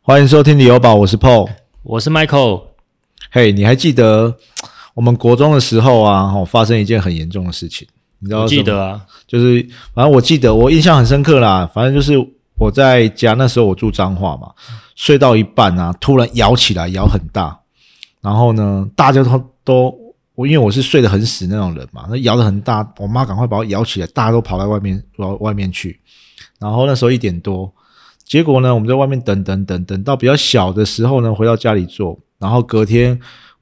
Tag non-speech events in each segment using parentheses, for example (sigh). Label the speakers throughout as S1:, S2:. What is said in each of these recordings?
S1: 欢迎收听旅游宝，我是 Paul。
S2: 我是 Michael，
S1: 嘿、你还记得我们国中的时候啊，哦，发生一件很严重的事情，你知道？
S2: 我记，得啊，
S1: 就是反正我记得，我印象很深刻啦。反正就是我在家那时候，我住彰化嘛，睡到一半啊，突然摇起来，摇很大。然后呢，大家都都我因为我是睡得很死那种人嘛，那摇得很大，我妈赶快把我摇起来，大家都跑到外面跑到外面去。然后那时候一点多，结果呢，我们在外面等等等等到比较小的时候呢，回到家里坐。然后隔天，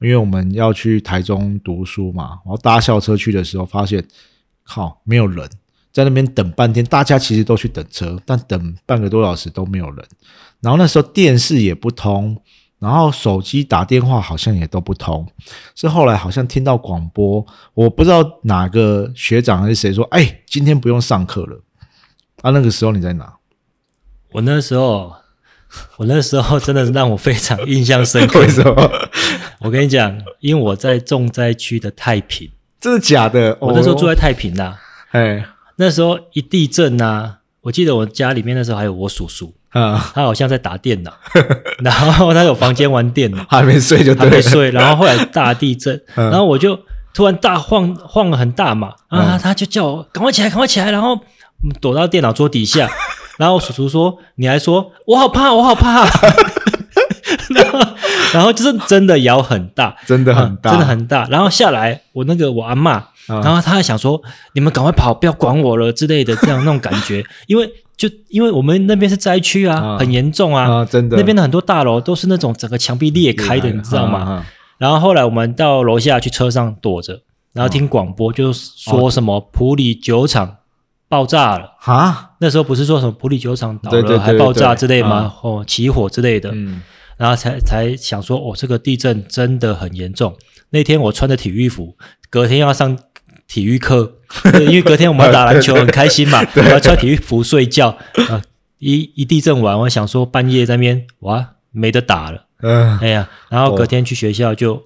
S1: 因为我们要去台中读书嘛，然后搭校车去的时候，发现靠没有人，在那边等半天，大家其实都去等车，但等半个多小时都没有人。然后那时候电视也不通，然后手机打电话好像也都不通，是后来好像听到广播，我不知道哪个学长还是谁说，哎，今天不用上课了。啊，那个时候你在哪？ (laughs)
S2: 我那时候， (laughs) 我那时候真的是让我非常印象深刻。
S1: (laughs) 么？
S2: 我跟你讲，因为我在重灾区的太平，
S1: 真的假的？哦
S2: 我那时候住在太平啦、
S1: 哎，
S2: 那时候一地震呐、啊我记得我家里面那时候还有我叔叔，
S1: 啊，
S2: 他好像在打电脑，然后他有房间玩电脑，
S1: 还没睡就 (laughs) 对嗯
S2: 还没
S1: 了。
S2: 睡，然后后来大
S1: (laughs)
S2: 地震，然后我就突然大晃晃了很大嘛，
S1: 嗯
S2: 啊，他就叫我赶快起来，赶快起来，然后我们躲到电脑桌底下， (laughs) 然后叔叔说，你还说我好怕，我好怕， (laughs) 然后然后就是真的摇很大，
S1: 真的很大，
S2: 啊真的很大，然后下来我那个我阿嬷，
S1: 嗯
S2: 然后她还想说你们赶快跑，不要管我了之类的这样那种感觉，因为就因为我们那边是灾区啊，
S1: 嗯
S2: 很严重啊，
S1: 啊，真的哎
S2: 那边的很多大楼都是那种整个墙壁裂开的，你嗯知道吗？？
S1: 啊
S2: 然后后来我们到楼下去车上躲着，然后听广播就说什么普里酒厂爆炸了。
S1: 啊哈，
S2: 那时候不是说什么普里酒厂倒
S1: 对对对
S2: 了还爆
S1: 对
S2: 炸
S1: 对啊
S2: 之类吗？哦，起火之类的，
S1: 嗯，
S2: 然后才才想说，哦，这个地震真的很严重。那天我穿着体育服，隔天要上体育课， (laughs) 对因为隔天我们要打篮球，很开心
S1: (laughs)
S2: 嘛，我要穿体育服睡觉。啊，一一地震完，我想说半夜在那边哇没得打了。
S1: 嗯，
S2: 哎呀，然后
S1: 哦
S2: 隔天去学校就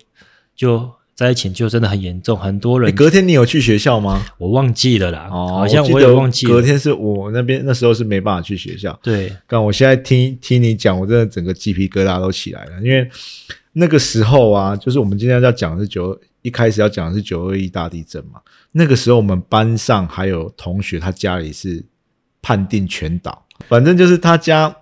S2: 就灾情就真的很严重，很多
S1: 你哎
S2: 人
S1: 隔天你有去学校吗？
S2: 我忘记了啦，
S1: 哦，
S2: 好像
S1: 记
S2: 我
S1: 得
S2: 也忘记
S1: 隔
S2: 了。
S1: 天是我那边那时候是没办法去学校，
S2: 对，
S1: 但我现在听听你讲，我真的整个鸡皮疙瘩都起来了，因为那个时候啊，就是我们今天要讲的是九，一开始要讲的是九二一大地震嘛。那个时候我们班上还有同学，他家里是判定全倒，反正就是他家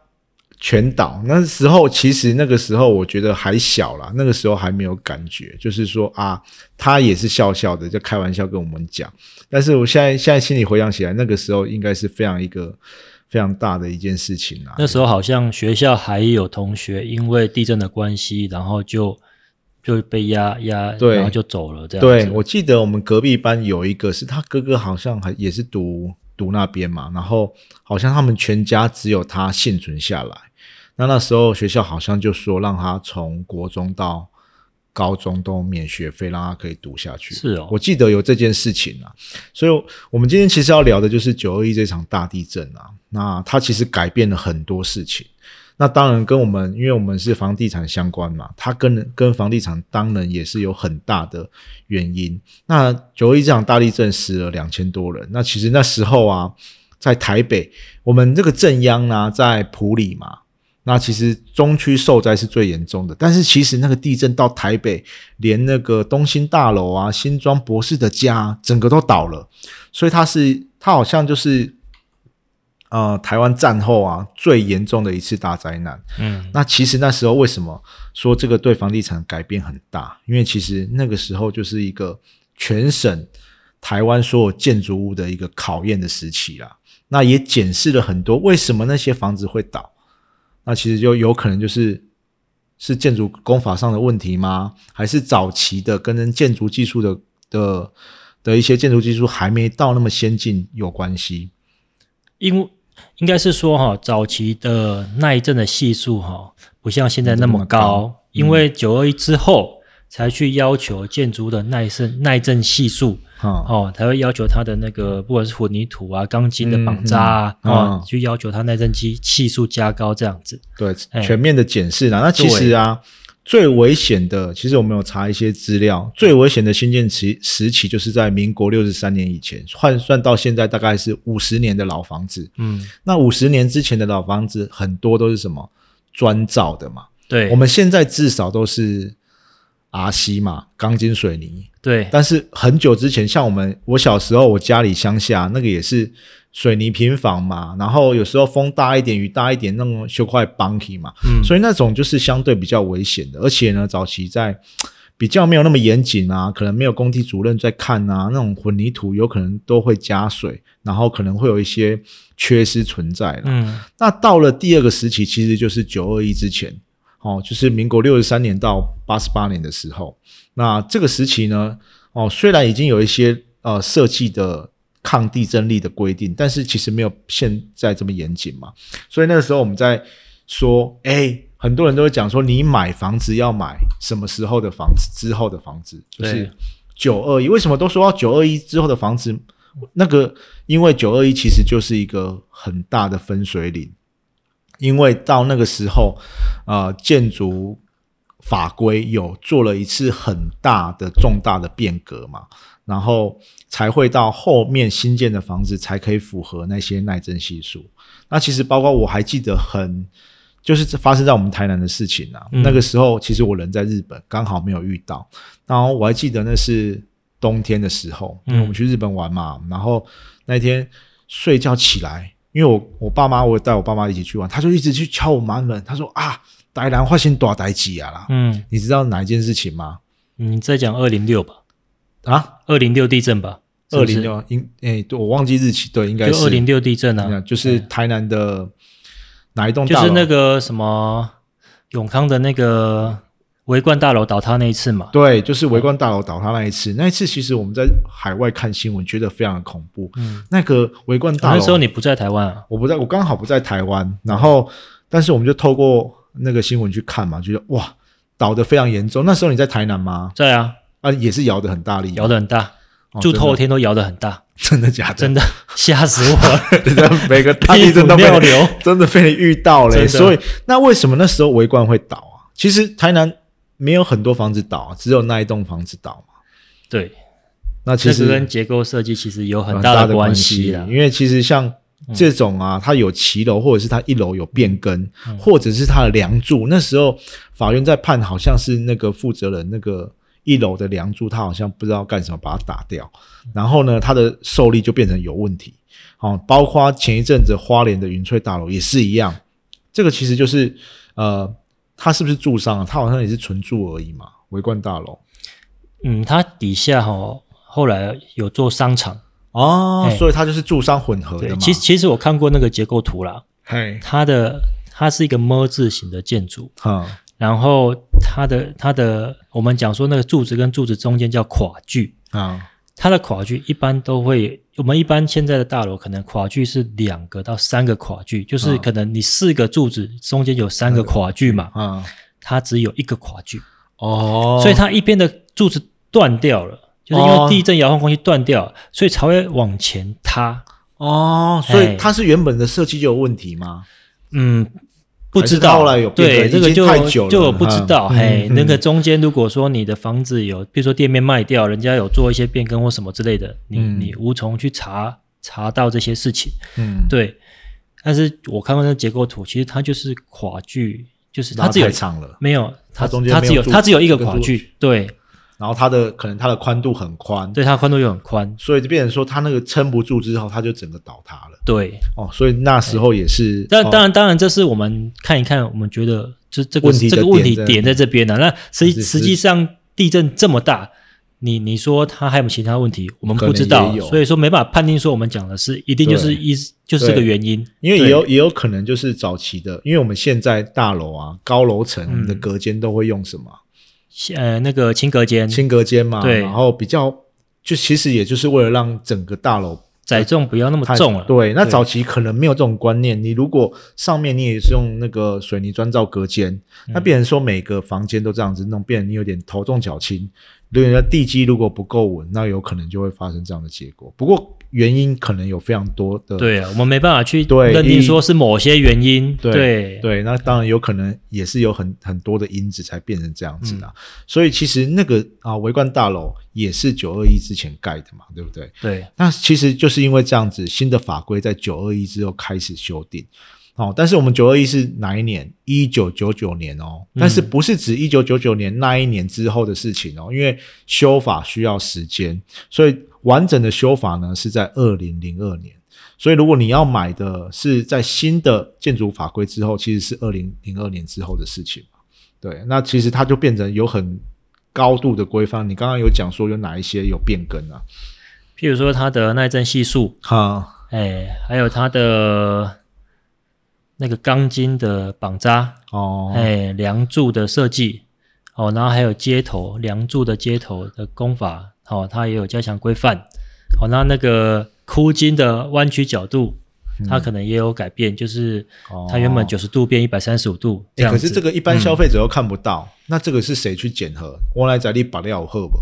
S1: 全倒。那时候其实那个时候我觉得还小啦，那个时候还没有感觉，就是说啊，他也是笑笑的，就开玩笑跟我们讲。但是我现在现在心里回想起来，那个时候应该是非常一个非常大的一件事情啦。
S2: 那时候好像学校还有同学因为地震的关系，然后就就被压压，
S1: 对
S2: 然后就走了这样
S1: 对，
S2: 子。
S1: 我记得我们隔壁班有一个是他哥哥，好像还也是读读那边嘛，然后好像他们全家只有他幸存下来。那那时候学校好像就说让他从国中到高中都免学费，让他可以读下去。
S2: 是哦
S1: 我记得有这件事情啊。所以，我们今天其实要聊的就是九二一这场大地震啊。那它其实改变了很多事情。那当然跟我们，因为我们是房地产相关嘛，它跟跟房地产当然也是有很大的原因。那九一这场大地震死了两千多人，那其实那时候啊，在台北，我们这个正央啊，在普里嘛，那其实中区受灾是最严重的，但是其实那个地震到台北，连那个东兴大楼啊、新庄博士的家啊、整个都倒了，所以它是它好像就是呃台湾战后啊最严重的一次大灾难。
S2: 嗯，
S1: 那其实那时候为什么说这个对房地产改变很大？因为其实那个时候就是一个全省台湾所有建筑物的一个考验的时期啦。那也检视了很多为什么那些房子会倒。那其实就有可能就是是建筑工法上的问题吗？还是早期的跟建筑技术的的的一些建筑技术还没到那么先进有关系？
S2: 因为应该是说哈，早期的那一阵的系数哈，不像现在那么
S1: 那么嗯
S2: 高，因为九二一之后才去要求建筑的耐震耐震系数
S1: 哈、
S2: 哦，才会要求它的那个不管是混凝土啊、钢筋的绑扎啊，
S1: 嗯嗯
S2: 哦
S1: 嗯，
S2: 去要求它耐震机系数加高这样子。
S1: 对，
S2: 哎
S1: 全面的检视啦。那其实啊，最危险的，其实我们有查一些资料，最危险的新建期时期就是在民国六十三年以前，换算到现在大概是五十年的老房子。
S2: 嗯，
S1: 那五十年之前的老房子很多都是什么？砖造的嘛。
S2: 对，
S1: 我们现在至少都是 RC 嘛，钢筋水泥。
S2: 对
S1: 但是很久之前，像我们我小时候，我家里乡下那个也是水泥平房嘛，然后有时候风大一点，雨大一点，那种修块 bunky 嘛，
S2: 嗯
S1: 所以那种就是相对比较危险的，而且呢，早期在比较没有那么严谨啊，可能没有工地主任在看啊，那种混凝土有可能都会加水，然后可能会有一些缺失存在啦。
S2: 嗯
S1: 那到了第二个时期，其实就是九二一之前，哦，就是民国六十三年到八十八年的时候。那这个时期呢，哦，虽然已经有一些呃设计的抗地震力的规定，但是其实没有现在这么严谨嘛。所以那个时候我们在说，哎、很多人都会讲说，你买房子要买什么时候的房子，之后的房子，就是
S2: 对
S1: 九二一。为什么都说到九二一之后的房子？那个，因为九二一其实就是一个很大的分水岭，因为到那个时候，呃，建筑法规有做了一次很大的重大的变革嘛，然后才会到后面新建的房子才可以符合那些耐震系数。那其实包括我还记得很，就是发生在我们台南的事情啊。
S2: 嗯
S1: 那个时候其实我人在日本，刚好没有遇到。然后我还记得那是冬天的时候，
S2: 嗯
S1: 因为我们去日本玩嘛，然后那天睡觉起来，因为我我爸妈，我带我爸妈一起去玩，他就一直去敲我妈门，他说啊，台南发生大代志啊啦。
S2: 嗯，
S1: 你知道哪一件事情吗？
S2: 你在嗯讲二零六吧？
S1: 啊，
S2: 二零六地震吧？是
S1: 二
S2: 不是
S1: 零六应诶，对我忘记日期，对，应该
S2: 就是二零六地震
S1: 那
S2: 啊，
S1: 就是台南的哪一栋
S2: 就
S1: 大楼？
S2: 是那个什么永康的那个维冠大楼倒塌那一次嘛。
S1: 对，就是围观大楼倒塌那一次。那一次其实我们在海外看新闻，觉得非常的恐怖。
S2: 嗯，哦
S1: 那个围观大楼，
S2: 那时候你不在台湾啊？
S1: 我不在，我刚好不在台湾，然后但是我们就透过那个新闻去看嘛，觉得哇，倒得非常严重。那时候你在台南吗？
S2: 在啊，
S1: 啊，也是摇得很大力，
S2: 摇得很大，
S1: 哦
S2: 住透
S1: 真的
S2: 天都摇得很大，
S1: 真的假的？
S2: 真的
S1: (laughs)
S2: 吓死我了，
S1: 真的， (laughs) 每个大地
S2: 屁股
S1: 震都被
S2: 尿流。
S1: 真的被你遇到嘞、
S2: 真的
S1: 所以那为什么那时候围观会倒啊？其实台南没有很多房子倒、啊，只有那一栋房子倒嘛。
S2: 对，
S1: 那其
S2: 这
S1: 实
S2: 个跟结构设计其实有很
S1: 很
S2: 大
S1: 的
S2: 关
S1: 系
S2: 啦。嗯
S1: 因为其实像这种啊，它有骑楼或者是它一楼有变更，
S2: 嗯
S1: 或者是它的梁柱，那时候法院在判，好像是那个负责人那个。一楼的梁柱，他好像不知道干什么，把它打掉。
S2: 嗯
S1: 然后呢，它的受力就变成有问题。好、包括前一阵子花莲的云翠大楼也是一样。这个其实就是呃，它是不是住商啊？它好像也是纯住而已嘛。围观大楼
S2: 嗯，它底下哈、后来有做商场。
S1: 哦，
S2: 哎
S1: 所以它就是住商混合的
S2: 对，
S1: 嘛。
S2: 其实其实我看过那个结构图啦，
S1: 嘿，
S2: 它的它是一个么字形的建筑，
S1: 嗯，
S2: 然后它的它的我们讲说那个柱子跟柱子中间叫垮距，
S1: 啊。
S2: 它的垮距一般都会，我们一般现在的大楼可能垮距是两个到三个垮距，就是
S1: 嗯
S2: 可能你四个柱子中间有三个垮距嘛，
S1: 啊，
S2: 它只有一个垮距，
S1: 哦
S2: 所以它一边的柱子断掉了。就是因
S1: 哦
S2: 为地震摇晃空气断掉了，所以才会往前塌。
S1: 哦，所以
S2: 哎
S1: 它是原本的设计就有问题吗？
S2: 嗯，不
S1: 还
S2: 知
S1: 是
S2: 道
S1: 后来有变革
S2: 对
S1: 已
S2: 这
S1: 经
S2: 个就
S1: 太久了
S2: 就我不知道，
S1: 嗯
S2: 嘿，
S1: 嗯
S2: 那个中间如果说你的房子有，比如说店面卖掉，人家有做一些变更或什么之类的，你、
S1: 嗯
S2: 你无从去查查到这些事情，
S1: 嗯，
S2: 对。但是我看过那结构图，其实它就是垮距，就是它
S1: 它
S2: 只有
S1: 太长了，
S2: 没有它
S1: 它中间
S2: 它
S1: 没
S2: 只
S1: 有
S2: 有
S1: 柱
S2: 它只有一个
S1: 一个
S2: 垮
S1: 柱
S2: 距，对
S1: 然后它的可能它的宽度很宽，
S2: 对，它宽度又很宽，
S1: 所以就变成说它那个撑不住之后，它就整个倒塌了。
S2: 对。
S1: 哦，所以那时候也是，
S2: 哎但
S1: 哦
S2: 当然，当然，这是我们看一看，我们觉得这这个
S1: 问题的
S2: 这个
S1: 点
S2: 问题
S1: 在
S2: 点在这边呢、那
S1: 是
S2: 实际实际上地震这么大，你你说它还有没有其他问题，我们
S1: 可
S2: 不
S1: 能
S2: 知
S1: 也
S2: 道
S1: 有，
S2: 所以说没办法判定说我们讲的是一定就是
S1: 对
S2: 一就是这个
S1: 对
S2: 原因，
S1: 因为也
S2: 对
S1: 有也有可能就是早期的，因为我们现在大楼啊、高楼层我们
S2: 嗯
S1: 的隔间都会用什么
S2: 呃那个轻隔间
S1: 轻隔间嘛，
S2: 对
S1: 然后比较就其实也就是为了让整个大楼
S2: 载重不要那么
S1: 太
S2: 重了，
S1: 对，那早期可能没有这种观念。你如果上面你也是用那个水泥砖造隔间，
S2: 嗯
S1: 那变成说每个房间都这样子弄，变成你有点头重脚轻。如果你的地基如果不够稳，那有可能就会发生这样的结果。不过原因可能有非常多的，
S2: 对啊，我们没办法去
S1: 对
S2: 认定
S1: 一
S2: 说是某些原因，
S1: 对
S2: 对
S1: 对，那当然有可能也是有很很多的因子才变成这样子啦。
S2: 嗯
S1: 所以其实那个啊，围观大楼也是九二一之前盖的嘛，对不对？
S2: 对
S1: 那其实就是因为这样子，新的法规在九二一之后开始修订，哦，但是我们九二一是哪一年？一九九九年哦，但是不是指一九九九年那一年之后的事情哦，因为修法需要时间，所以完整的修法呢是在二零零二年。所以如果你要买的是在新的建筑法规之后，其实是二零零二年之后的事情嘛。对，那其实它就变成有很高度的规范。你刚刚有讲说有哪一些有变更啊？
S2: 譬如说它的耐震系数，
S1: 哈，
S2: 哎，还有它的那个钢筋的绑扎，
S1: 哦，
S2: 哎，梁柱的设计，哦，然后还有接头梁柱的接头的工法，哦，它也有加强规范。哦，那那个箍筋的弯曲角度，它可能也有改变，就是它原本
S1: 嗯哦
S2: 九十度变一百三十五度这
S1: 欸
S2: 样
S1: 可
S2: 子。嗯
S1: 是这个一般消费者又看不到，那这个是谁去检核？我来在你把料喝不？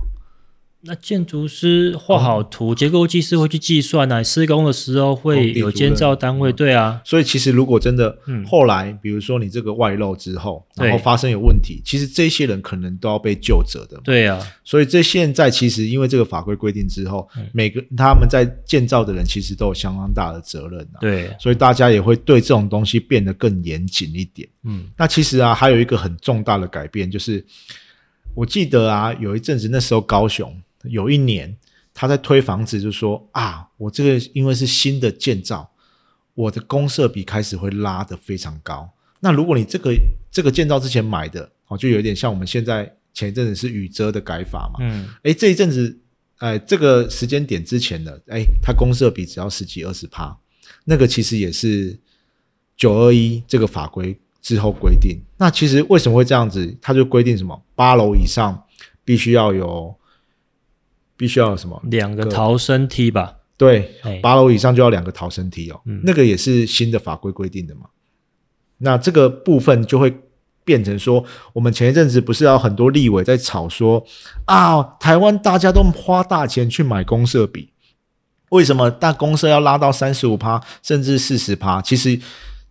S2: 那建筑师画好图，结构技师会去计算啊，施工的时候会有监造单
S1: 嗯
S2: 位，对啊，
S1: 所以其实如果真的
S2: 嗯
S1: 后来，比如说你这个外漏之后，
S2: 对
S1: 然后发生有问题，其实这些人可能都要被救责的嘛。
S2: 对啊，
S1: 所以这现在其实因为这个法规规定之后，
S2: 嗯
S1: 每个他们在建造的人其实都有相当大的责任啊。
S2: 对，
S1: 所以大家也会对这种东西变得更严谨一点。
S2: 嗯，
S1: 那其实啊，还有一个很重大的改变，就是我记得啊，有一阵子那时候高雄有一年他在推房子，就说啊，我这个因为是新的建造，我的公设比开始会拉得非常高。那如果你这个这个建造之前买的，哦，就有点像我们现在前一阵子是雨遮的改法嘛，
S2: 嗯，
S1: 哎，这一阵子，哎，这个时间点之前的，哎，它公社比只要十几二十趴，那个其实也是九二一这个法规之后规定。那其实为什么会这样子？它就规定什么八楼以上必须要有，必须要有什么？
S2: 两个逃生梯吧，
S1: 对，
S2: 哎，
S1: 八楼以上就要两个逃生梯哦，
S2: 嗯
S1: 那个也是新的法规规定的嘛。那这个部分就会变成说，我们前一阵子不是有很多立委在吵说啊，台湾大家都花大钱去买公社比，为什么大公社要拉到三十五趴甚至四十趴？其实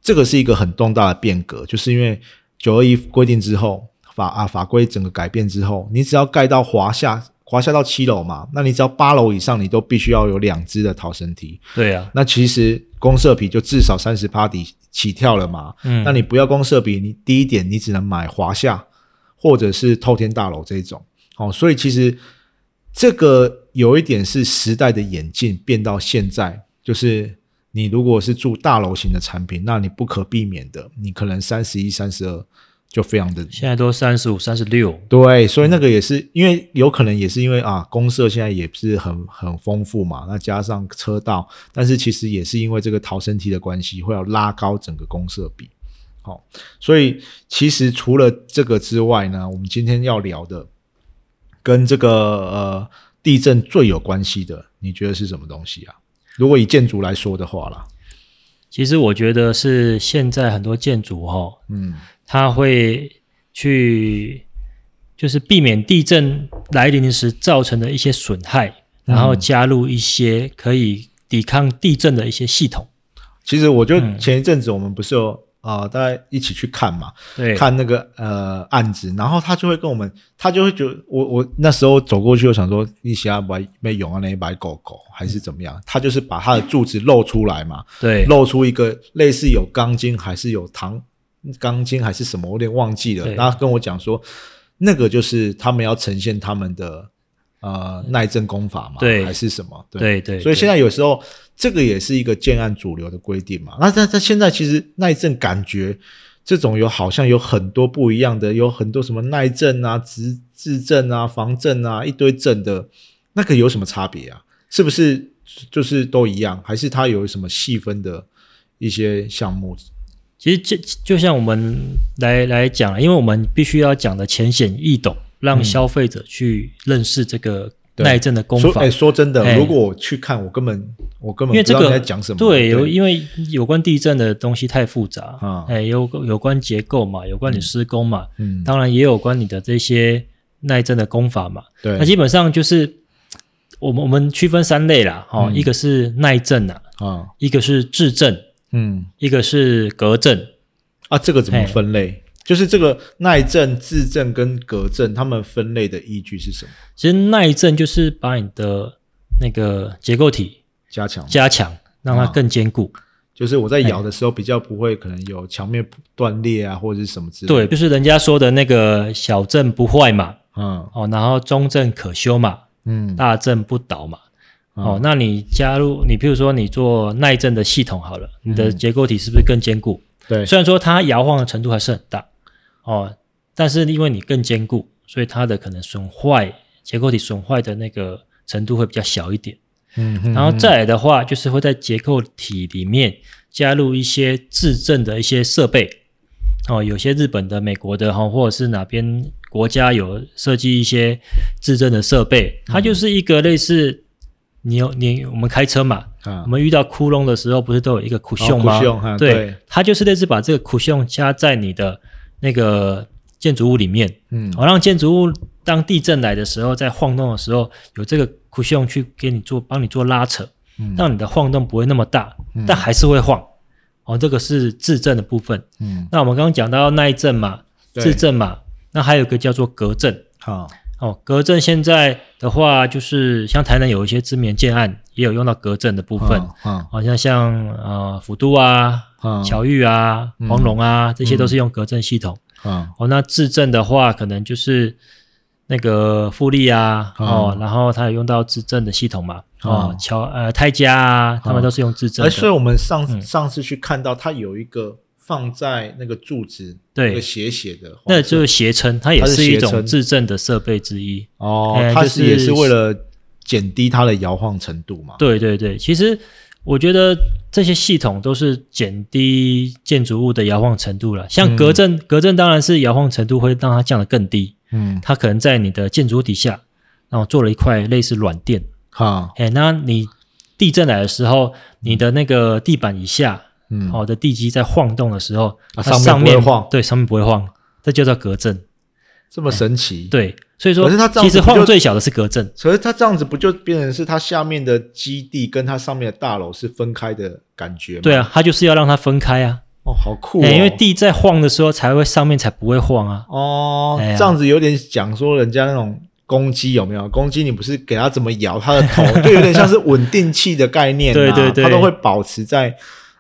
S1: 这个是一个很重大的变革，就是因为九二一规定之后，法啊法规整个改变之后，你只要盖到华夏。华夏到七楼嘛，那你只要八楼以上，你都必须要有两只的逃生梯。
S2: 对啊，
S1: 那其实公社比就至少三十趴底起跳了嘛。
S2: 嗯，
S1: 那你不要公社比，你第一点你只能买华夏或者是透天大楼这一种。哦，所以其实这个有一点是时代的演进变到现在，就是你如果是住大楼型的产品，那你不可避免的，你可能三十一、三十二就非常的
S2: 现在都三十五、三十六，
S1: 对，所以那个也是因为有可能也是因为啊，公社现在也是很很丰富嘛，那加上车道，但是其实也是因为这个逃生梯的关系，会要拉高整个公社比。好、所以其实除了这个之外呢，我们今天要聊的跟这个呃地震最有关系的，你觉得是什么东西啊？如果以建筑来说的话啦，
S2: 其实我觉得是现在很多建筑哈、哦，
S1: 嗯，
S2: 它会去就是避免地震来临时造成的一些损害，然后加入一些可以抵抗地震的一些系统。
S1: 其实我就前一阵子我们不是有啊、呃大家一起去看嘛，
S2: 对，
S1: 看那个呃案子，然后他就会跟我们，他就会觉得我我那时候走过去，我想说你想要买买永安那一把狗狗还是怎么样？他就是把他的柱子露出来嘛，
S2: 对，
S1: 露出一个类似有钢筋还是有糖钢筋还是什么，我有点忘记了。
S2: 对
S1: 然后跟我讲说，那个就是他们要呈现他们的呃耐震功法嘛，
S2: 嗯对
S1: 还是什么？对
S2: 对对，
S1: 所以现
S2: 在
S1: 在有时候这个也是一个建案主流的规定嘛。那在在现在其实耐震感觉这种有好像有很多不一样的，有很多什么耐震啊、直质震啊、防震啊，一堆震的，那个有什么差别啊？是不是就是都一样？还是它有什么细分的一些项目？
S2: 其实就就像我们来来讲，因为我们必须要讲的浅显易懂，让消费者去认识这个
S1: 对
S2: 耐震的功
S1: 说
S2: 法。
S1: 哎、说真的，
S2: 哎
S1: 如果我去看，我根本我根
S2: 因
S1: 本
S2: 为
S1: 不知
S2: 这
S1: 道你在
S2: 个
S1: 讲什么。
S2: 对，有因为有关地震的东西太复杂，
S1: 啊
S2: 哎，有有关结构嘛，有关你施工嘛，
S1: 嗯，
S2: 当然也有关你的这些耐震的功法嘛。
S1: 对
S2: 那，基本上就是我们我们区分三类啦，哦，
S1: 嗯
S2: 一个是耐震啊，
S1: 啊，
S2: 一个是制震，
S1: 嗯。
S2: 一个是隔震。
S1: 啊，这个怎么
S2: 嘿
S1: 分类？就是这个耐震、自震跟隔震，他们分类的依据是什么？
S2: 其实耐震就是把你的那个结构体
S1: 加强吗啊
S2: 加强，让它更坚固。
S1: 就是我在摇的时候比较不会可能有墙面断裂啊或者是什么之类的。
S2: 对，就是人家说的那个小镇不坏嘛，
S1: 嗯
S2: 哦，然后中镇可修嘛，
S1: 嗯
S2: 大镇不倒嘛。
S1: 嗯
S2: 哦，那你加入你，譬如说你做耐震的系统好了，你的结构体是不是更坚固？
S1: 嗯对，
S2: 虽然说它摇晃的程度还是很大，哦，但是因为你更坚固，所以它的可能损坏结构体损坏的那个程度会比较小一点。
S1: 嗯嗯
S2: 然后再来的话，就是会在结构体里面加入一些制震的一些设备，哦，有些日本的、美国的哈、哦，或者是哪边国家有设计一些制震的设备，它就是一个类似你有你我们开车嘛，
S1: 啊
S2: 我们遇到窟窿的时候，不是都有一个 cushion 吗？
S1: cushion，啊对
S2: 它就是类似把这个 cushion 加在你的那个建筑物里面，
S1: 嗯
S2: 好、哦让建筑物当地震来的时候，在晃动的时候，有这个 cushion 去给你做帮你做拉扯，
S1: 嗯
S2: 让你的晃动不会那么大，
S1: 嗯
S2: 但还是会晃。哦，这个是自震的部分。
S1: 嗯
S2: 那我们刚刚讲到耐震嘛，
S1: 对
S2: 自震嘛，那还有一个叫做隔震。
S1: 好
S2: 哦，隔震现在的话，就是像台南有一些知名建案，也有用到隔震的部分。
S1: 嗯
S2: 好像像呃府都啊、
S1: 嗯
S2: 侨玉啊、
S1: 嗯
S2: 黄龙啊，这些都是用隔震系统。
S1: 嗯
S2: 哦，那制震的话，可能就是那个复利啊，
S1: 嗯
S2: 哦，然后它有用到制震的系统嘛，哦
S1: 嗯，
S2: 乔呃泰嘉啊，他们都是用制震
S1: 哎，所以
S2: 的，
S1: 我们上
S2: 嗯
S1: 次上次去看到它有一个放在那个柱子
S2: 对
S1: 那个斜斜的黄色，
S2: 那就是斜撑，它也
S1: 它是
S2: 是一
S1: 斜撑
S2: 种制震的设备之一。
S1: 哦
S2: 哎，
S1: 它
S2: 就是
S1: 也是为了减低它的摇晃程度嘛。
S2: 对对对，其实我觉得这些系统都是减低建筑物的摇晃程度了。像隔震，隔震当然是摇晃程度会让它降得更低，
S1: 嗯，
S2: 它可能在你的建筑物底下，然后做了一块类似软垫，
S1: 好，
S2: 哎，那你地震来的时候，你的那个地板以下，哦
S1: 嗯，
S2: 好、的地基在晃动的时候，
S1: 啊
S2: 它
S1: 上
S2: 上
S1: 面不会晃
S2: 对，上面不会晃，这就叫隔震。
S1: 这么神奇。，
S2: 哎对，所以说，
S1: 可是它这样
S2: 其
S1: 子
S2: 实
S1: 不就
S2: 晃最小的是隔震，
S1: 所以它这样子不就变成是它下面的基地跟它上面的大楼是分开的感觉吗？
S2: 对，啊，它就是要让它分开啊，
S1: 哦，好酷哦，
S2: 哎因为地在晃的时候才会上面才不会晃啊。
S1: 哦，
S2: 哎呀
S1: 这样子有点讲说人家那种公鸡有没有？公鸡你不是给它怎么摇它的头，就有点像是稳定器的概念、啊，
S2: 对对对
S1: 它都会保持在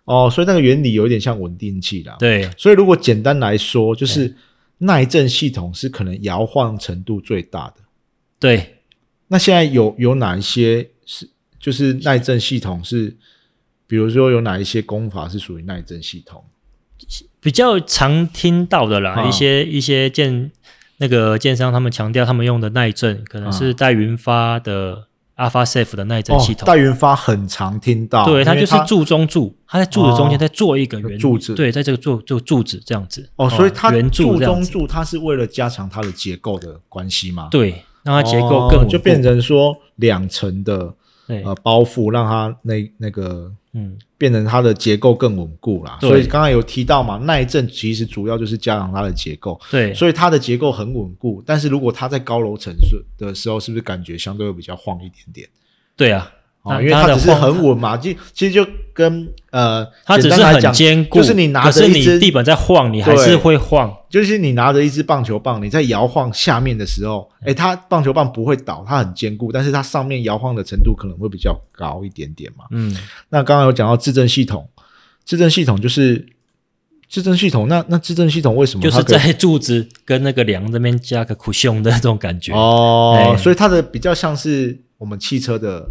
S1: 哦，所以那个原理有点像稳定器啦。，
S2: 对
S1: 所以如果简单来说，就是耐震系统是可能摇晃程度最大的。
S2: 对，
S1: 那现在有有哪一些是就是耐震系统是，比如说有哪一些功法是属于耐震系统？
S2: 比较常听到的啦，
S1: 啊
S2: 一些一些建那个建商他们强调他们用的耐震，可
S1: 啊
S2: 能是带云发的 Alpha Safe 的耐震系
S1: 哦、
S2: 统。
S1: 带云发很常听到，啊因
S2: 对，
S1: 为它哦
S2: 它就是柱中柱，它在柱子中间再做一个圆
S1: 柱子
S2: 对，在这个做做柱子这样子。
S1: 哦，所以它
S2: 圆柱
S1: 柱
S2: 这样
S1: 中
S2: 子，
S1: 柱，它是为了加强它的结构的关系嘛？，
S2: 对，让它结构
S1: 哦
S2: 更稳固
S1: 就变成说两层的
S2: 对，
S1: 呃包覆，让它那那个
S2: 嗯，
S1: 变成它的结构更稳固啦。
S2: 对
S1: 所以刚才有提到嘛，耐震其实主要就是加强它的结构，
S2: 对，
S1: 所以它的结构很稳固。但是如果它在高楼层是的时候，是不是感觉相对会比较晃一点点？
S2: 对啊，
S1: 哦，
S2: 那
S1: 因为
S2: 它
S1: 它
S2: 的
S1: 只是
S2: 晃
S1: 很，稳嘛，就其实就跟呃，
S2: 它只
S1: 简
S2: 是
S1: 单来
S2: 很
S1: 讲
S2: 坚固，
S1: 就是你拿
S2: 可
S1: 着
S2: 是
S1: 一
S2: 你
S1: 只
S2: 地板在晃，你还
S1: 对
S2: 是会晃，
S1: 就是你拿着一支棒球棒，你在摇晃下面的时候，哎，它棒球棒不会倒，它很坚固，但是它上面摇晃的程度可能会比较高一点点嘛。
S2: 嗯，
S1: 那刚刚有讲到自证系统，自证系统就是自证系统，那那自证系统为什么
S2: 就是
S1: 它可以
S2: 在柱子跟那个梁这边加个 cushion 的那种感觉。
S1: 哦，
S2: 哎
S1: 所以它的比较像是我们汽车的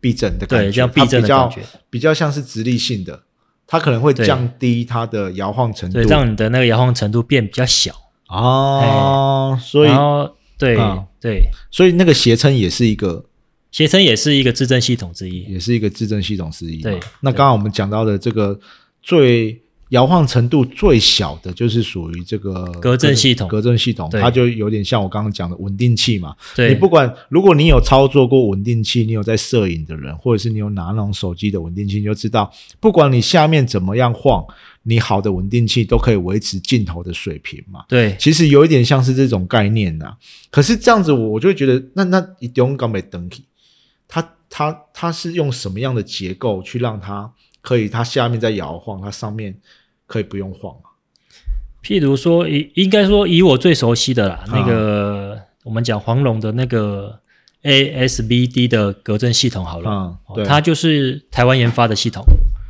S1: 避震的感觉，
S2: 对像避震
S1: 它比
S2: 的感
S1: 较
S2: 觉
S1: 比较像是直立性的，它可能会
S2: 对
S1: 降低它的摇晃程度
S2: 对，让你的那个摇晃程度变比较小，
S1: 哦，所以
S2: 哎然后对、
S1: 嗯
S2: 对，
S1: 所以那个斜撑也是一个。
S2: 斜撑也是一个制震系统之一，
S1: 也是一个自证系统之一嘛。
S2: 对
S1: 那
S2: 对
S1: 刚刚我们讲到的这个最摇晃程度最小的，就是属于这个
S2: 隔震系统
S1: 隔震系统，
S2: 对
S1: 它就有点像我刚刚讲的稳定器嘛。
S2: 对，
S1: 你不管，如果你有操作过稳定器，你有在摄影的人，或者是你有拿那种手机的稳定器，你就知道，不管你下面怎么样晃，你好的稳定器都可以维持镜头的水平嘛。
S2: 对
S1: 其实有一点像是这种概念呐、可是这样子，我我就会觉得，那那一定刚没登起，它它它是用什么样的结构去让它可以，它下面在摇晃，它上面可以不用晃啊？
S2: 譬如说，以应该说以我最熟悉的
S1: 啊
S2: 啦，那个我们讲黄龙的那个 ASBD 的隔震系统好了，
S1: 嗯
S2: 哦
S1: 对
S2: 它就是台湾研发的系统。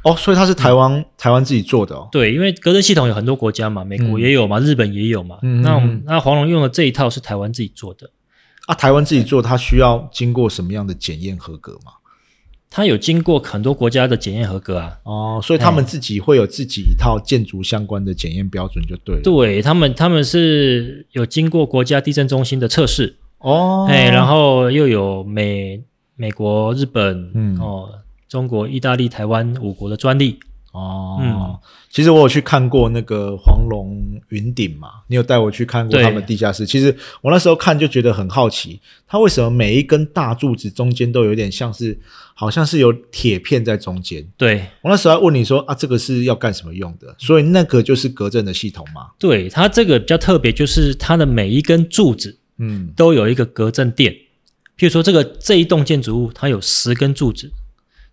S1: 哦，所以它是台湾、台湾自己做的哦。
S2: 对，因为隔热系统有很多国家嘛，美国也有嘛，日本也有嘛。
S1: 嗯
S2: 那我
S1: 嗯
S2: 们那黄龙用的这一套是台湾自己做的，
S1: 啊，台湾自己做，它需要经过什么样的检验合格吗？
S2: 它有经过很多国家的检验合格啊。
S1: 哦，所以他们自己会有自己一套建筑相关的检验标准，就对了。
S2: 对他们，他们是有经过国家地震中心的测试，
S1: 哦，
S2: 哎、然后又有美美国、日本、
S1: 嗯
S2: 哦、中国、意大利、台湾五国的专利。
S1: 哦，
S2: 嗯
S1: 其实我有去看过那个黄龙云顶嘛，你有带我去看过
S2: 对
S1: 他们地下室。其实我那时候看就觉得很好奇，它为什么每一根大柱子中间都有点像是，好像是有铁片在中间。
S2: 对，
S1: 我那时候还问你说啊，这个是要干什么用的？所以那个就是隔震的系统嘛。
S2: 对，它这个比较特别，就是它的每一根柱子
S1: 嗯，
S2: 都有一个隔震垫。譬如说，这个这一栋建筑物，它有十根柱子，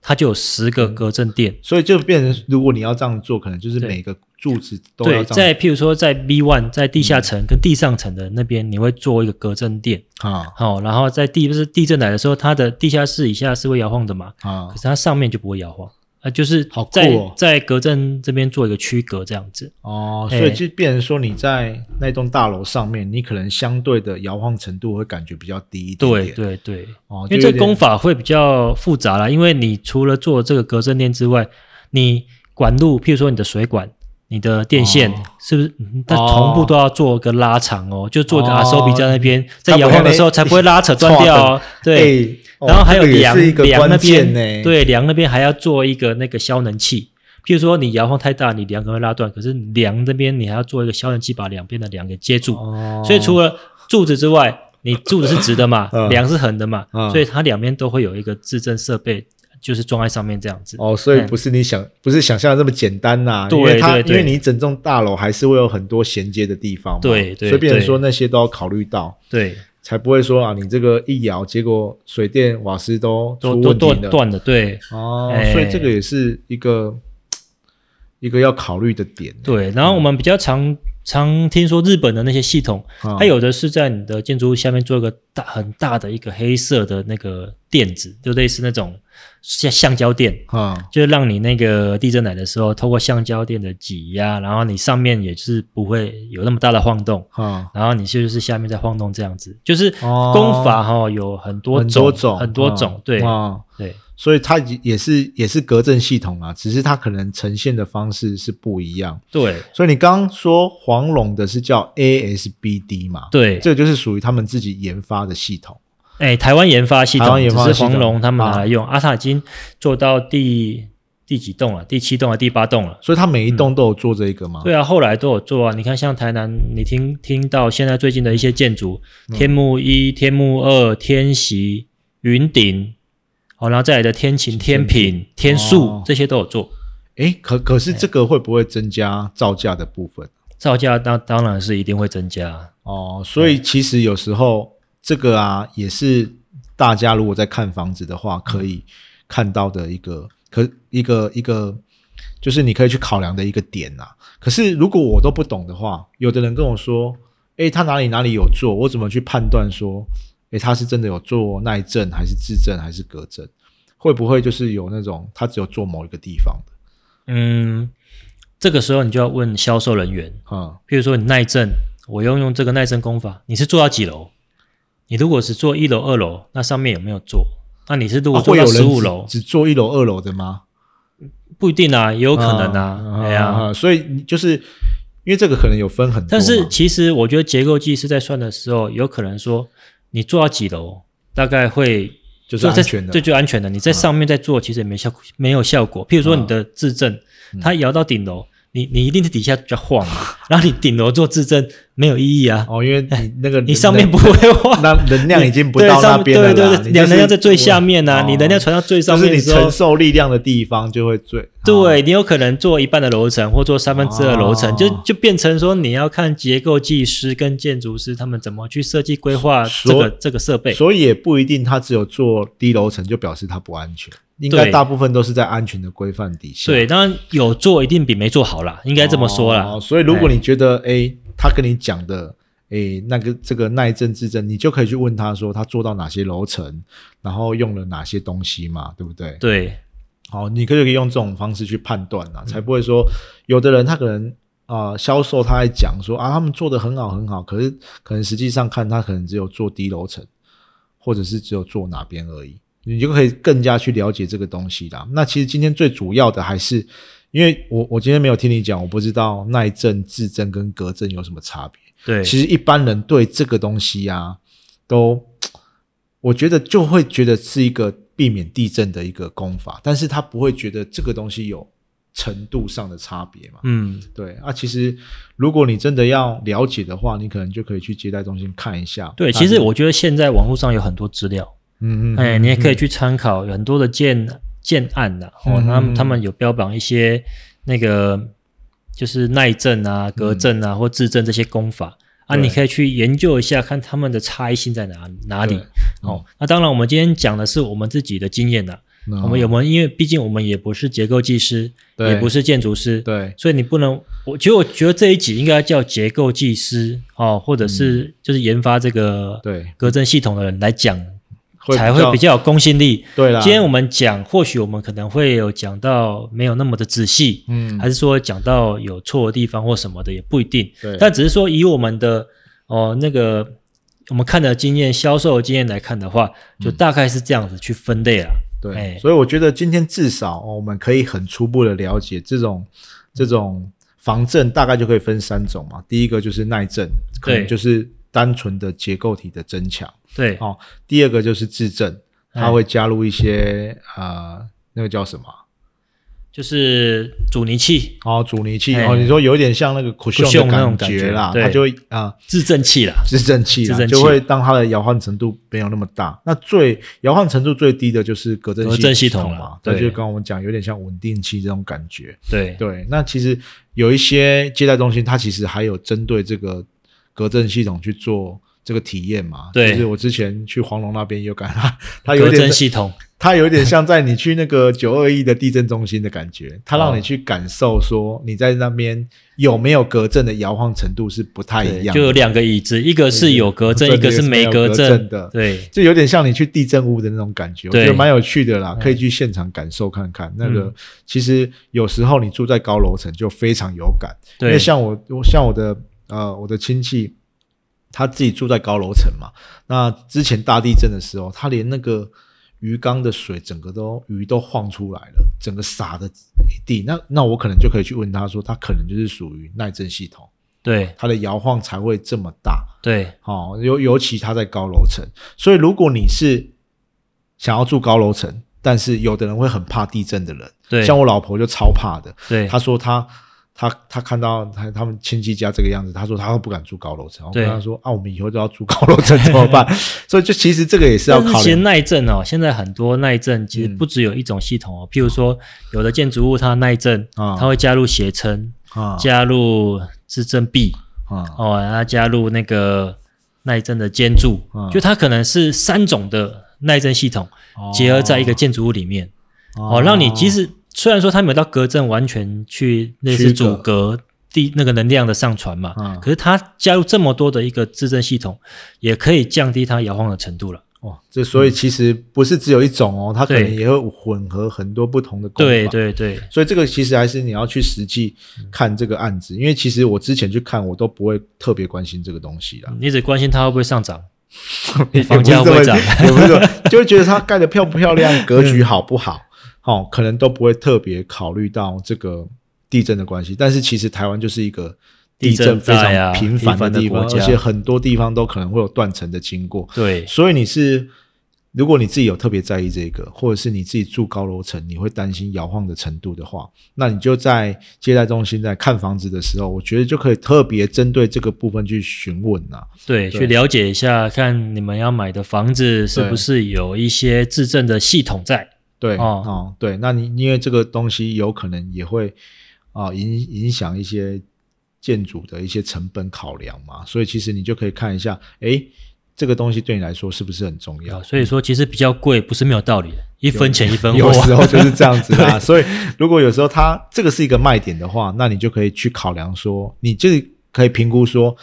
S2: 它就有十个
S1: 嗯
S2: 隔震垫。
S1: 所以就变成如果你要这样做，可能就是
S2: 对
S1: 每个柱子都要
S2: 对，
S1: 这样嗯
S2: 在譬如说在 B one 在地下层跟地上层的那边，你会做一个隔震垫。
S1: 啊
S2: 好、然后在地不是地震来的时候，它的地下室以下是会摇晃的嘛，
S1: 啊
S2: 可，是它上面就不会摇晃。啊，就是
S1: 好酷
S2: 在、
S1: 哦
S2: 在隔震这边做一个区隔这样子，
S1: 哦，
S2: 哎
S1: 所以就变成说你在那栋大楼上面，你可能相对的摇晃程度会感觉比较低一点
S2: 对
S1: 点。，
S2: 对对，
S1: 哦，
S2: 因为
S1: 就有
S2: 这
S1: 点
S2: 工法会比较复杂啦，因为你除了做这个隔震垫之外，你管路，譬如说你的水管、你的电线，
S1: 哦
S2: 是不是嗯它
S1: 哦
S2: 同步都要做个拉长哦？就做个
S1: 哦
S2: 阿手比在那边，
S1: 它
S2: 在
S1: 不
S2: 摇
S1: 会
S2: 晃的
S1: 那
S2: 时候才不会拉扯断
S1: (laughs)
S2: 掉哦。对，
S1: 哎哦
S2: 然后还有
S1: 这个也
S2: 梁
S1: 是一个
S2: 梁那
S1: 关键
S2: 边
S1: 呢，，
S2: 对梁那边还要做一个那个消能器。譬如说你摇晃太大，你梁可能会拉断，可是梁这边你还要做一个消能器，把两边的梁给接住。
S1: 哦，
S2: 所以除了柱子之外，你柱子是直的嘛
S1: (laughs) 嗯，
S2: 梁是横的嘛
S1: 嗯，
S2: 所以它两边都会有一个自振设备，就是装在上面这样子。
S1: 哦，所以不是你想不是想象的这么简单呐，
S2: 哎对
S1: 因为它
S2: 对
S1: 因
S2: 对
S1: 为你整栋大楼还是会有很多衔接的地方嘛，
S2: 对对
S1: 所以变成
S2: 对
S1: 说那些都要考虑到。
S2: 对，
S1: 才不会说啊，你这个一摇，结果水电瓦斯都出
S2: 都都
S1: 问题
S2: 断
S1: 了。
S2: 断的，对
S1: 哦，
S2: 哎
S1: 所以这个也是一个一个要考虑的点。
S2: 对。然后我们比较常常听说日本的那些系统，
S1: 嗯，
S2: 它有的是在你的建筑物下面做一个大很大的一个黑色的那个垫子，就类似那种像橡胶垫，
S1: 啊，
S2: 就是让你那个地震来的时候，透过橡胶垫的挤压，然后你上面也是不会有那么大的晃动。
S1: 啊，
S2: 然后你就是下面在晃动这样子，就是
S1: 哦
S2: 功法哈、有很多
S1: 很
S2: 种，
S1: 多种，
S2: 很多种
S1: 嗯，
S2: 对
S1: 啊，
S2: 对
S1: 所以它也是也是隔震系统啊，只是它可能呈现的方式是不一样。
S2: 对
S1: 所以你刚刚说黄龙的是叫 ASBD 嘛？，
S2: 对，
S1: 这个就是属于他们自己研发的系统。
S2: 哎，台湾研发系
S1: 台
S2: 统
S1: 湾研发
S2: 只
S1: 的系
S2: 是
S1: 统啊
S2: 黄龙他们拿来用，阿塔已经做到第第几栋了？第七栋啊，第八栋了。
S1: 所以它每一栋都有做这一个吗？
S2: 嗯对啊，后来都有做啊。你看，像台南，你听听到现在最近的一些建筑，天幕一、天幕二、天席、云顶，好、然后再来的天晴、天平、天数、
S1: 哦
S2: 这些都有做。
S1: 诶，可可
S2: 哎
S1: 是这个会不会增加造价的部分？
S2: 造价当当然是一定会增加啊，
S1: 哦，所以其实有时候这个啊，也是大家如果在看房子的
S2: 嗯
S1: 话，可以看到的一个可一个一个，就是你可以去考量的一个点呐、可是如果我都不懂的话，有的人跟我说，诶，他哪里哪里有做，我怎么去判断说，诶，他是真的有做耐震还是自震还是隔震？会不会就是有那种他只有做某一个地方的？
S2: 嗯，这个时候你就要问销售人员，
S1: 嗯，
S2: 譬如说你耐震，我要用这个耐震功法，你是做到几楼？你如果是做一楼、二楼，那上面有没有做？那你是如果
S1: 啊
S2: 做
S1: 会
S2: 到
S1: 有
S2: 十
S1: 人
S2: 五
S1: 只
S2: 楼，
S1: 只做一楼二楼的吗？
S2: 不一定啊，也有可能啊，哎呀、
S1: 所以你就是因为这个可能有分很多嘛，
S2: 但是其实我觉得结构技师在算的时候，有可能说你做到几楼，大概会
S1: 就是安全的嗯
S2: 这就安全的。你在上面再做，其实也没效果，没有效果。譬如说你的自震，
S1: 嗯
S2: 它摇到顶楼，你你一定是底下比较晃
S1: (laughs)
S2: 嘛，然后你顶楼做自震没有意义啊，
S1: 哦，因为你那个
S2: 你上面不会
S1: (laughs)
S2: 晃。
S1: 那能量已经不到
S2: 对
S1: 那
S2: 上
S1: 边了啦，
S2: 对对对，
S1: 你就是
S2: 能量在最下面呐、
S1: 哦
S2: 你能量传到最上
S1: 就是
S2: 面
S1: 你
S2: 的时候
S1: 承，受力量的地方就会最
S2: 对你有可能做一半的楼层，或做三分之二楼层，
S1: 哦
S2: 就就变成说你要看结构技师跟建筑师他们怎么去设计规划
S1: 所
S2: 这个这个设备。
S1: 所以也不一定它只有做低楼层就表示它不安全，应该
S2: 对
S1: 大部分都是在安全的规范底下。
S2: 对，当然有做一定比没做好啦，应该这么说啦。
S1: 哦，所以如果你觉得诶，他跟你讲的诶，那个这个耐震之症，你就可以去问他说他做到哪些楼层，然后用了哪些东西嘛，对不对？
S2: 对，
S1: 好，你可以可以用这种方式去判断啊，才不会说有的人他可能啊、呃销售他还讲说啊他们做的很好很好，可是可能实际上看他可能只有做低楼层，或者是只有做哪边而已，你就可以更加去了解这个东西啦。那其实今天最主要的还是。因为我我今天没有听你讲，我不知道耐震、制震跟隔震有什么差别。
S2: 对，
S1: 其实一般人对这个东西啊，都我觉得就会觉得是一个避免地震的一个功法，但是他不会觉得这个东西有程度上的差别嘛。
S2: 嗯，
S1: 对啊，其实如果你真的要了解的话，你可能就可以去接待中心看一下。
S2: 对，
S1: 它
S2: 其实
S1: 是
S2: 我觉得现在网络上有很多资料，
S1: 嗯嗯，
S2: 哎，
S1: 嗯
S2: 你也可以去参考有很多的建建案呐、哦，
S1: 嗯
S2: 他们
S1: 嗯
S2: 他们有标榜一些那个就是耐震啊、隔震啊、或制震这些功法啊，
S1: 嗯对
S2: 你可以去研究一下，看他们的差异性在哪哪里
S1: 对。嗯
S2: 哦，那当然，我们今天讲的是我们自己的经验呐、
S1: 那
S2: 我们有没有？因为毕竟我们也不是结构技师，
S1: 嗯对
S2: 也不是建筑师，
S1: 对
S2: 所以你不能，我其实我觉得这一集应该叫结构技师哦，或者是就是研发这个
S1: 嗯对
S2: 隔震系统的人来讲，
S1: 会
S2: 才会比较有公信力。
S1: 对啊啦。
S2: 今天我们讲，或许我们可能会有讲到没有那么的仔细，
S1: 嗯
S2: 还是说讲到有错的地方或什么的也不一定。
S1: 对，
S2: 但只是说以我们的哦、那个我们看的经验、销售的经验来看的话，
S1: 嗯
S2: 就大概是这样子去分类了。
S1: 对，
S2: 哎
S1: 所以我觉得今天至少、哦我们可以很初步的了解这种这种防震大概就可以分三种嘛。第一个就是耐震，可能
S2: 对
S1: 就是单纯的结构体的增强
S2: 对，
S1: 哦。第二个就是制震，它
S2: 哎
S1: 会加入一些、呃那个叫什么啊？
S2: 就是阻尼器、
S1: 哦，阻尼器
S2: 哎
S1: 哦，你说有点像那个苦秀
S2: 쿠션
S1: 的
S2: 那种
S1: 感
S2: 感觉
S1: 觉啦，
S2: 对
S1: 它就会啊、
S2: 制震器啦。
S1: 制震器啦，
S2: 制震器
S1: 就会让它的摇晃程度没有那么大。那最摇晃程度最低的就是隔震
S2: 隔震系
S1: 统
S2: 统
S1: 嘛
S2: 啦，
S1: 这
S2: 对
S1: 就跟我们讲有点像稳定器这种感觉。
S2: 对，
S1: 对，那其实有一些接待中心，它其实还有针对这个隔震系统去做这个体验嘛。
S2: 对
S1: 就是我之前去黄龙那边也有感觉，它 (laughs) 它有
S2: 隔
S1: 点
S2: 震系统。
S1: 它有点像在你去那个九二一的地震中心的感
S2: 哦
S1: 觉，它让你去感受说你在那边有没有隔震的摇晃程度是不太一
S2: 对，
S1: 样的，
S2: 就有两个椅子，一个是有隔震，
S1: 对
S2: 一个是没隔
S1: 一个是没有隔震的
S2: 对，
S1: 就有点像你去地震屋的那种感觉，我觉得
S2: 对
S1: 蛮有趣的啦，可以去现场感受看看。那个
S2: 嗯
S1: 其实有时候你住在高楼层就非常有感，因
S2: 对
S1: 为像我，我像我的呃我的亲戚，他自己住在高楼层嘛，那之前大地震的时候，他连那个。鱼缸的水整个都鱼都晃出来了，整个洒的一地。那那我可能就可以去问他说，他可能就是属于耐震系统，
S2: 对
S1: 它的摇晃才会这么大。
S2: 对
S1: 哦，尤尤其它在高楼层，所以如果你是想要住高楼层，但是有的人会很怕地震的人，
S2: 对，
S1: 像我老婆就超怕的，
S2: 对
S1: 她说她她她看到她他们亲戚家这个样子，她说她都不敢住高楼层。我跟
S2: 对
S1: 她说啊，我们以后都要住高楼层怎么办？ (laughs) 所以就其实这个也是要
S2: 但是
S1: 考
S2: 其实
S1: 虑，
S2: 耐震哦，现在很多耐震其实
S1: 嗯
S2: 不只有一种系统哦，譬如说有的建筑物它耐震，
S1: 啊
S2: 它会加入斜撑，
S1: 啊
S2: 加入支撑臂
S1: 啊
S2: 哦，然后加入那个耐震的建筑
S1: 嗯，
S2: 就它可能是三种的耐震系统
S1: 哦
S2: 哦结合在一个建筑物里面。哦，让你即使虽然说它没有到隔震完全去类
S1: 区隔
S2: 似阻隔地那个能量的上传嘛，
S1: 嗯
S2: 可是它加入这么多的一个自震系统，也可以降低它摇晃的程度了。
S1: 哦，这所以其实不是只有一种哦，它可能
S2: 对
S1: 也会混合很多不同的功法。
S2: 对对对
S1: 所以这个其实还是你要去实际看这个案子，因为其实我之前去看，我都不会特别关心这个东西啦。
S2: 啊你只关心它会不会
S1: (laughs)
S2: 上涨，房价会涨，
S1: 也不是说， (laughs) 就会觉得它盖的漂不漂亮，格局好不好，
S2: 嗯
S1: 哦，可能都不会特别考虑到这个地震的关系。但是其实台湾就是一个地震非
S2: 地震带
S1: 常
S2: 啊
S1: 频繁的地方，
S2: 频繁的国
S1: 而
S2: 家
S1: 且很多地方都可能会有断层的经过。
S2: (laughs) 对
S1: 所以你是，如果你自己有特别在意这个，或者是你自己住高楼层，你会担心摇晃的程度的话，那你就在接待中心在看房子的时候，我觉得就可以特别针对这个部分去询问啊。
S2: 对，去了解一下，看你们要买的房子是不是有一些自震的系统在。
S1: 对，哦
S2: 哦
S1: 对，那你因为这个东西有可能也会啊、影影响一些建筑的一些成本考量嘛，所以其实你就可以看一下，诶，这个东西对你来说是不是很重要？
S2: 所以说，其实比较贵不是没有道理的，一分钱一分货
S1: 嗯有时
S2: 啊。
S1: 候就是这样子啦。所以如果有时候它这个是一个卖点的话，那你就可以去考量说，你就是可以评估说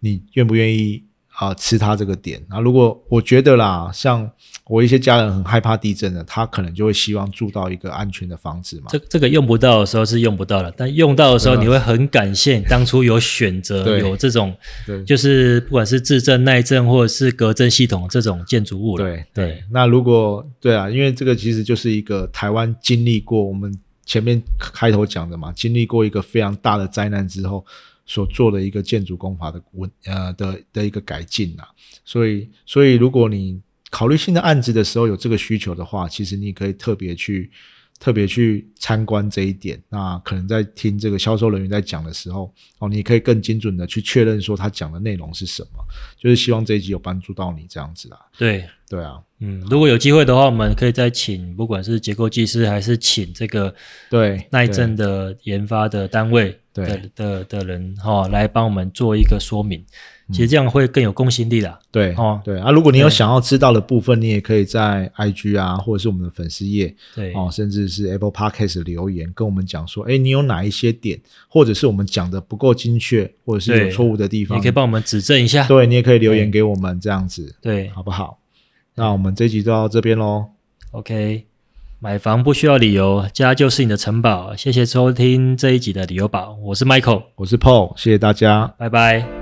S1: 你愿不愿意啊、吃它这个点。那、如果我觉得啦，像我一些家人很害怕地震的，他可能就会希望住到一个安全的房子嘛。
S2: (laughs) 这这个用不到的时候是用不到了，但用到的时候
S1: 对啊
S2: 你会很感谢你当初有选择
S1: 对
S2: 有这种，
S1: 对
S2: 就是不管是自震、耐震或者是隔震系统这种建筑物了。
S1: 对对，那如果对啊，因为这个其实就是一个台湾经历过我们前面开头讲的嘛，经历过一个非常大的灾难之后所做的一个建筑工法的文呃的的一个改进啊，所以所以如果你考虑新的案子的时候有这个需求的话，其实你可以特别去。特别去参观这一点，那可能在听这个销售人员在讲的时候，哦，你可以更精准的去确认说他讲的内容是什么，就是希望这一集有帮助到你这样子啦，
S2: 对，
S1: 对啊，
S2: 嗯，如果有机会的话，我们可以再请不管是结构技师还是请这个
S1: 对，
S2: 耐震的研发的单位
S1: 对
S2: 的的的人哈、哦，来帮我们做一个说明，
S1: 嗯
S2: 其实这样会更有公信力啦。
S1: 对
S2: 哦
S1: 对啊，如果你有想要知道的部分，你也可以在 IG 啊，或者是我们的粉丝页
S2: 对，
S1: 哦，甚至是 Apple Podcast 的留言跟我们讲说，哎，你有哪一些点，或者是我们讲的不够精确，或者是
S2: 对
S1: 有错误的地
S2: 也
S1: 方
S2: 可以，帮我们指正一下。
S1: (laughs) 对你也可以留言给我们这样子，
S2: 对
S1: 好不好？那我们这集就到这边喽，
S2: OK，买房不需要理由，家就是你的城堡。谢谢收听这一集的理由宝，我是 Michael，
S1: 我是 Paul，谢谢大家。
S2: 拜拜。